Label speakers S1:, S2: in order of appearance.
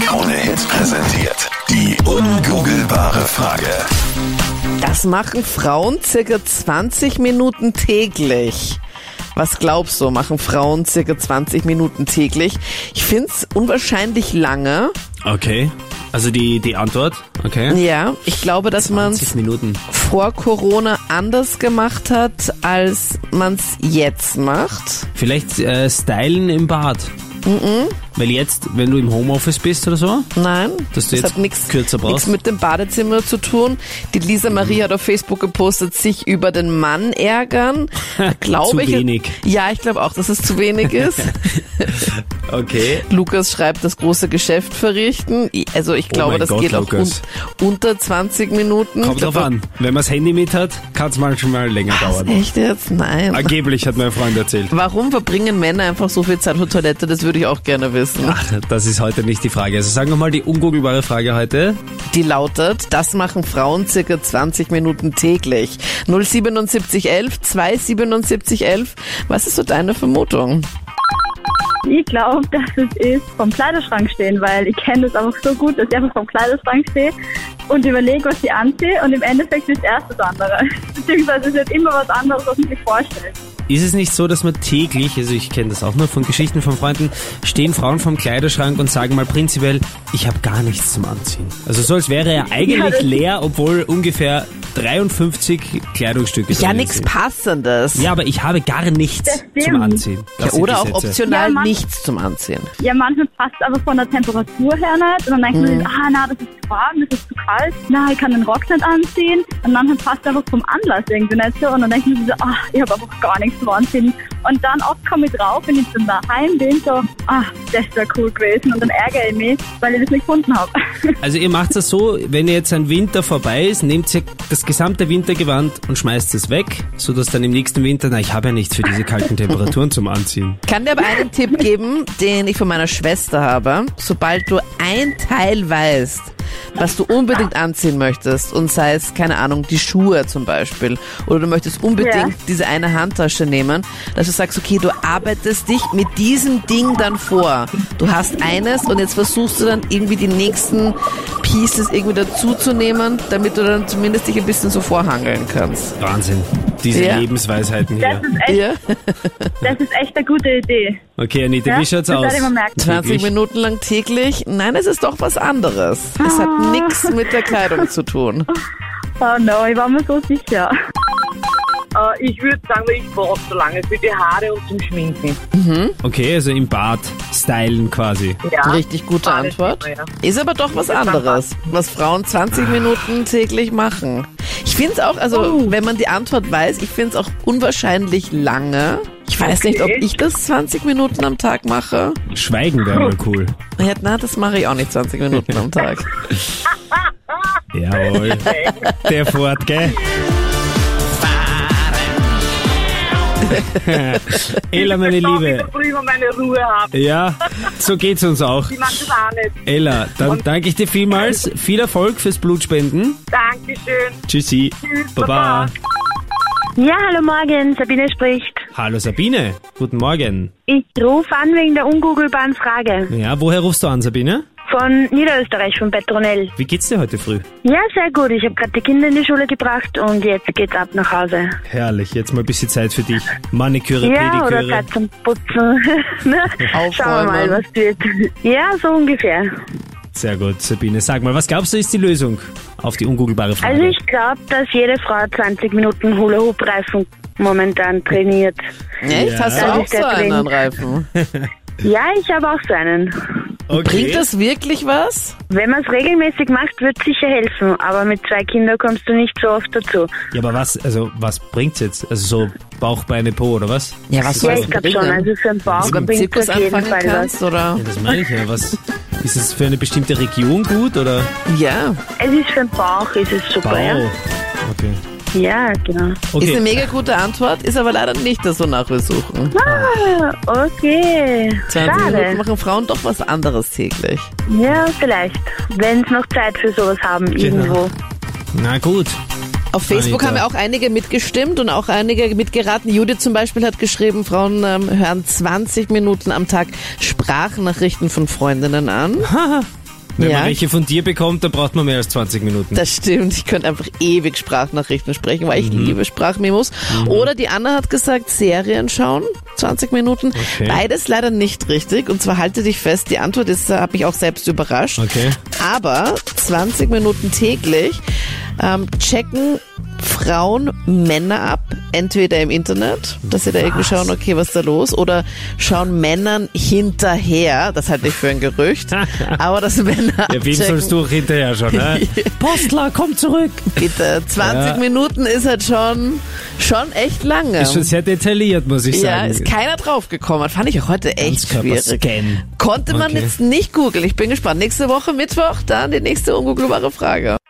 S1: Krone Hits präsentiert. Die ungoogelbare Frage.
S2: Das machen Frauen circa 20 Minuten täglich. Was glaubst du, machen Frauen circa 20 Minuten täglich? Ich find's unwahrscheinlich lange.
S3: Okay. Also die, die Antwort, okay.
S2: Ja, ich glaube, dass man's
S3: 20 Minuten.
S2: vor Corona anders gemacht hat, als man's jetzt macht.
S3: Vielleicht äh, stylen im Bad. Weil jetzt, wenn du im Homeoffice bist oder so,
S2: Nein,
S3: Dass du
S2: das
S3: jetzt
S2: hat nichts
S3: kürzer brauchst? Mhm.
S2: mit dem Badezimmer zu tun. Die Lisa Marie hat auf Facebook gepostet, sich über den Mann ärgern. Da
S3: Zu
S2: Glaube ich.
S3: wenig.
S2: Ja, ich glaube auch, dass es zu wenig ist.
S3: okay.
S2: Lukas schreibt, das große Geschäft verrichten. I- Also ich glaube,
S3: Oh mein
S2: das
S3: Gott,
S2: geht auch un
S3: Lukas.
S2: unter 20 Minuten.
S3: Kommt drauf an. Wenn man das Handy mit hat, kann es manchmal länger
S2: Was,
S3: dauern.
S2: echt jetzt? Nein.
S3: Angeblich hat mein Freund erzählt.
S2: Warum verbringen Männer einfach so viel Zeit auf Toilette? Das würde ich auch gerne wissen.
S3: Ach, das ist heute nicht die Frage. Also sagen wir mal die ungoogelbare Frage heute.
S2: Die lautet, das machen Frauen circa 20 Minuten täglich. 07711, 27711. Was ist so deine Vermutung?
S4: Ich glaube, dass es ist vom Kleiderschrank stehen, weil ich kenne das einfach so gut, dass ich einfach vom Kleiderschrank stehe und überlege, was ich anziehe und im Endeffekt ist erst das andere. Beziehungsweise es wird immer was anderes, was man sich vorstellt.
S3: Ist es nicht so, dass man täglich, also ich kenne das auch nur von Geschichten von Freunden, stehen Frauen vom Kleiderschrank und sagen mal prinzipiell, ich habe gar nichts zum Anziehen. Also so als wäre er
S4: Ja,
S3: eigentlich
S4: das-
S3: leer, obwohl ungefähr 53 Kleidungsstücke
S2: Ja,
S3: drin
S2: nichts
S3: sind.
S2: Passendes.
S3: Ja, aber ich habe gar nichts
S4: Das
S3: zum
S4: stimmt.
S3: Anziehen. Das sind
S2: Oder
S3: die
S2: auch
S3: Sätze.
S2: optional
S4: Ja, Mann.
S2: nichts zum Anziehen.
S4: Ja, manchmal passt es einfach von der Temperatur her nicht und dann denkt man
S2: Mhm.
S4: sich, ah, na, das ist zu warm, das ist zu kalt, na, ich kann den Rock nicht anziehen und manchmal passt es einfach vom Anlass irgendwie nicht so und dann denkt man sich so, ah, ich habe einfach gar nichts zum Anziehen. Und dann oft komme ich drauf, wenn ich dann daheim bin, so, ah, das wäre cool gewesen und dann ärgere ich mich, weil ich das nicht gefunden habe.
S3: Also ihr macht das so, wenn ihr jetzt ein Winter vorbei ist, nehmt ihr das gesamte Wintergewand und schmeißt es weg, sodass dann im nächsten Winter, na ich habe ja nichts für diese kalten Temperaturen zum Anziehen.
S2: Kann dir aber einen Tipp geben, den ich von meiner Schwester habe. Sobald du ein Teil weißt, was du unbedingt anziehen möchtest, und sei es, keine Ahnung, die Schuhe zum Beispiel, oder du möchtest unbedingt
S4: Ja.
S2: diese eine Handtasche nehmen, dass du sagst, okay, du arbeitest dich mit diesem Ding dann vor. Du hast eines und jetzt versuchst du dann irgendwie die nächsten Pieces irgendwie dazuzunehmen, damit du dann zumindest dich ein bisschen so vorhangeln kannst.
S3: Wahnsinn. Diese
S2: Ja.
S3: Lebensweisheiten hier.
S4: Das ist echt,
S2: Ja?
S4: das ist echt eine gute Idee.
S3: Okay, Anita,
S4: Ja,
S3: wie schaut's
S4: das
S3: aus?
S4: werde ich mal merken.
S2: 20
S3: Täglich?
S2: Minuten lang täglich? Nein, es ist doch was anderes. Es hat nichts mit der Kleidung zu tun.
S4: Oh no, ich war mir so sicher.
S5: Äh, ich würde sagen, weil ich brauche so lange für die Haare und zum Schminken.
S3: Okay, also im Bad stylen quasi.
S5: Ja.
S2: Richtig gute
S5: Alles
S2: Antwort.
S5: immer, ja.
S2: Ist aber doch was anderes, was Frauen 20 Minuten täglich machen. Ich find's auch, also wenn man die Antwort weiß, ich find's auch unwahrscheinlich lange. Ich weiß nicht, ob ich das 20 Minuten am Tag mache.
S3: Schweigen wäre mal cool.
S2: Ja, na, das mache ich auch nicht 20 Minuten am Tag.
S3: Jawohl. Der Ford, gell? Ella, meine Liebe.
S5: Ich will immer meine Ruhe haben.
S3: Ja, so geht's uns auch.
S5: Ich mache das auch nicht.
S3: Ella, dann danke ich dir vielmals. Viel Erfolg fürs Blutspenden.
S5: Dankeschön.
S3: Tschüssi.
S5: Tschüss,
S3: Baba.
S5: baba.
S6: Ja, hallo Morgen, Sabine spricht.
S3: Hallo Sabine. Guten Morgen.
S6: Ich rufe an wegen der ungoogelbaren Frage
S3: Ja, woher rufst du an, Sabine?
S6: von Niederösterreich, von Petronell.
S3: Wie geht's dir heute früh?
S6: Ja, sehr gut. Ich habe gerade die Kinder in die Schule gebracht und jetzt geht's ab nach Hause.
S3: Herrlich, jetzt mal ein bisschen Zeit für dich. Maniküre,
S6: Ja, oder
S3: Pediküre.
S6: Zeit zum Putzen. Ne? Schauen wir mal,
S2: Aufräumen.
S6: was wird. Ja, so ungefähr.
S3: Sehr gut, Sabine. Sag mal, was glaubst du, ist die Lösung auf die ungoogelbare Frage?
S6: Also ich glaube, dass jede Frau 20 Minuten Hula-Hoop-Reifen momentan trainiert.
S2: Echt? Hast du
S6: Ja.
S2: auch so einen Reifen?
S6: Ja, ich habe auch so einen.
S3: okay.
S2: Bringt das wirklich was?
S6: Wenn man es regelmäßig macht, wird sicher helfen, aber mit zwei Kindern kommst du nicht so oft dazu.
S3: Ja, aber was, also, was bringt's jetzt? Also so Bauch, Beine, Po oder was?
S2: Ja, was
S3: Das
S6: Ja,
S2: soll's
S3: ist-
S6: ich glaube schon.
S2: bringen?
S6: Also für den Bauch
S2: Dass du beim
S6: bringt
S2: Zirkus
S6: es auf jeden
S2: anfangen
S6: Fall was.
S2: kannst, oder?
S3: Ja, das meine ich ja. Was, ist es für eine bestimmte Region gut oder?
S2: Ja.
S6: Es ist für den Bauch, ist es super, Oh, ja.
S3: Okay.
S6: Ja, genau.
S2: Ist eine
S3: Okay.
S2: mega gute Antwort, ist aber leider nicht das, wonach wir suchen.
S6: Okay.
S2: 20 Minuten
S6: Schade.
S2: machen Frauen doch was anderes täglich.
S6: Ja, vielleicht. Wenn sie noch Zeit für sowas haben,
S2: Genau.
S6: irgendwo.
S3: Na gut.
S2: Auf Facebook
S3: Anita.
S2: haben ja auch einige mitgestimmt und auch einige mitgeraten. Judith zum Beispiel hat geschrieben, Frauen ähm, hören 20 Minuten am Tag Sprachnachrichten von Freundinnen an.
S3: Wenn
S2: Ja.
S3: man welche von dir bekommt, dann braucht man mehr als 20 Minuten.
S2: Das stimmt, ich könnte einfach ewig Sprachnachrichten sprechen, weil ich
S3: Mhm.
S2: liebe Sprachmemos. Oder die Anna hat gesagt, Serien schauen, 20 Minuten.
S3: Okay.
S2: Beides leider nicht richtig. Und zwar halte dich fest, die Antwort ist, äh, hat mich auch selbst überrascht.
S3: Okay.
S2: Aber 20 Minuten täglich ähm, checken Frauen Männer ab, entweder im Internet, dass sie da irgendwie schauen, okay, was ist da los, oder schauen Männern hinterher, das halte ich für ein Gerücht, aber dass Männer
S3: ja, wem
S2: abchecken,
S3: sollst du auch hinterher schon, ne? Postler, komm zurück!
S2: Bitte, 20
S3: Ja.
S2: Minuten ist halt schon, schon echt lange.
S3: Ist schon sehr detailliert, muss ich
S2: ja,
S3: sagen.
S2: ist keiner draufgekommen. Fand ich auch heute echt schwierig.
S3: Ganzkörperscan.
S2: Konnte man
S3: Okay.
S2: jetzt nicht googeln. Ich bin gespannt. Nächste Woche Mittwoch dann die nächste ungoogelbare Frage.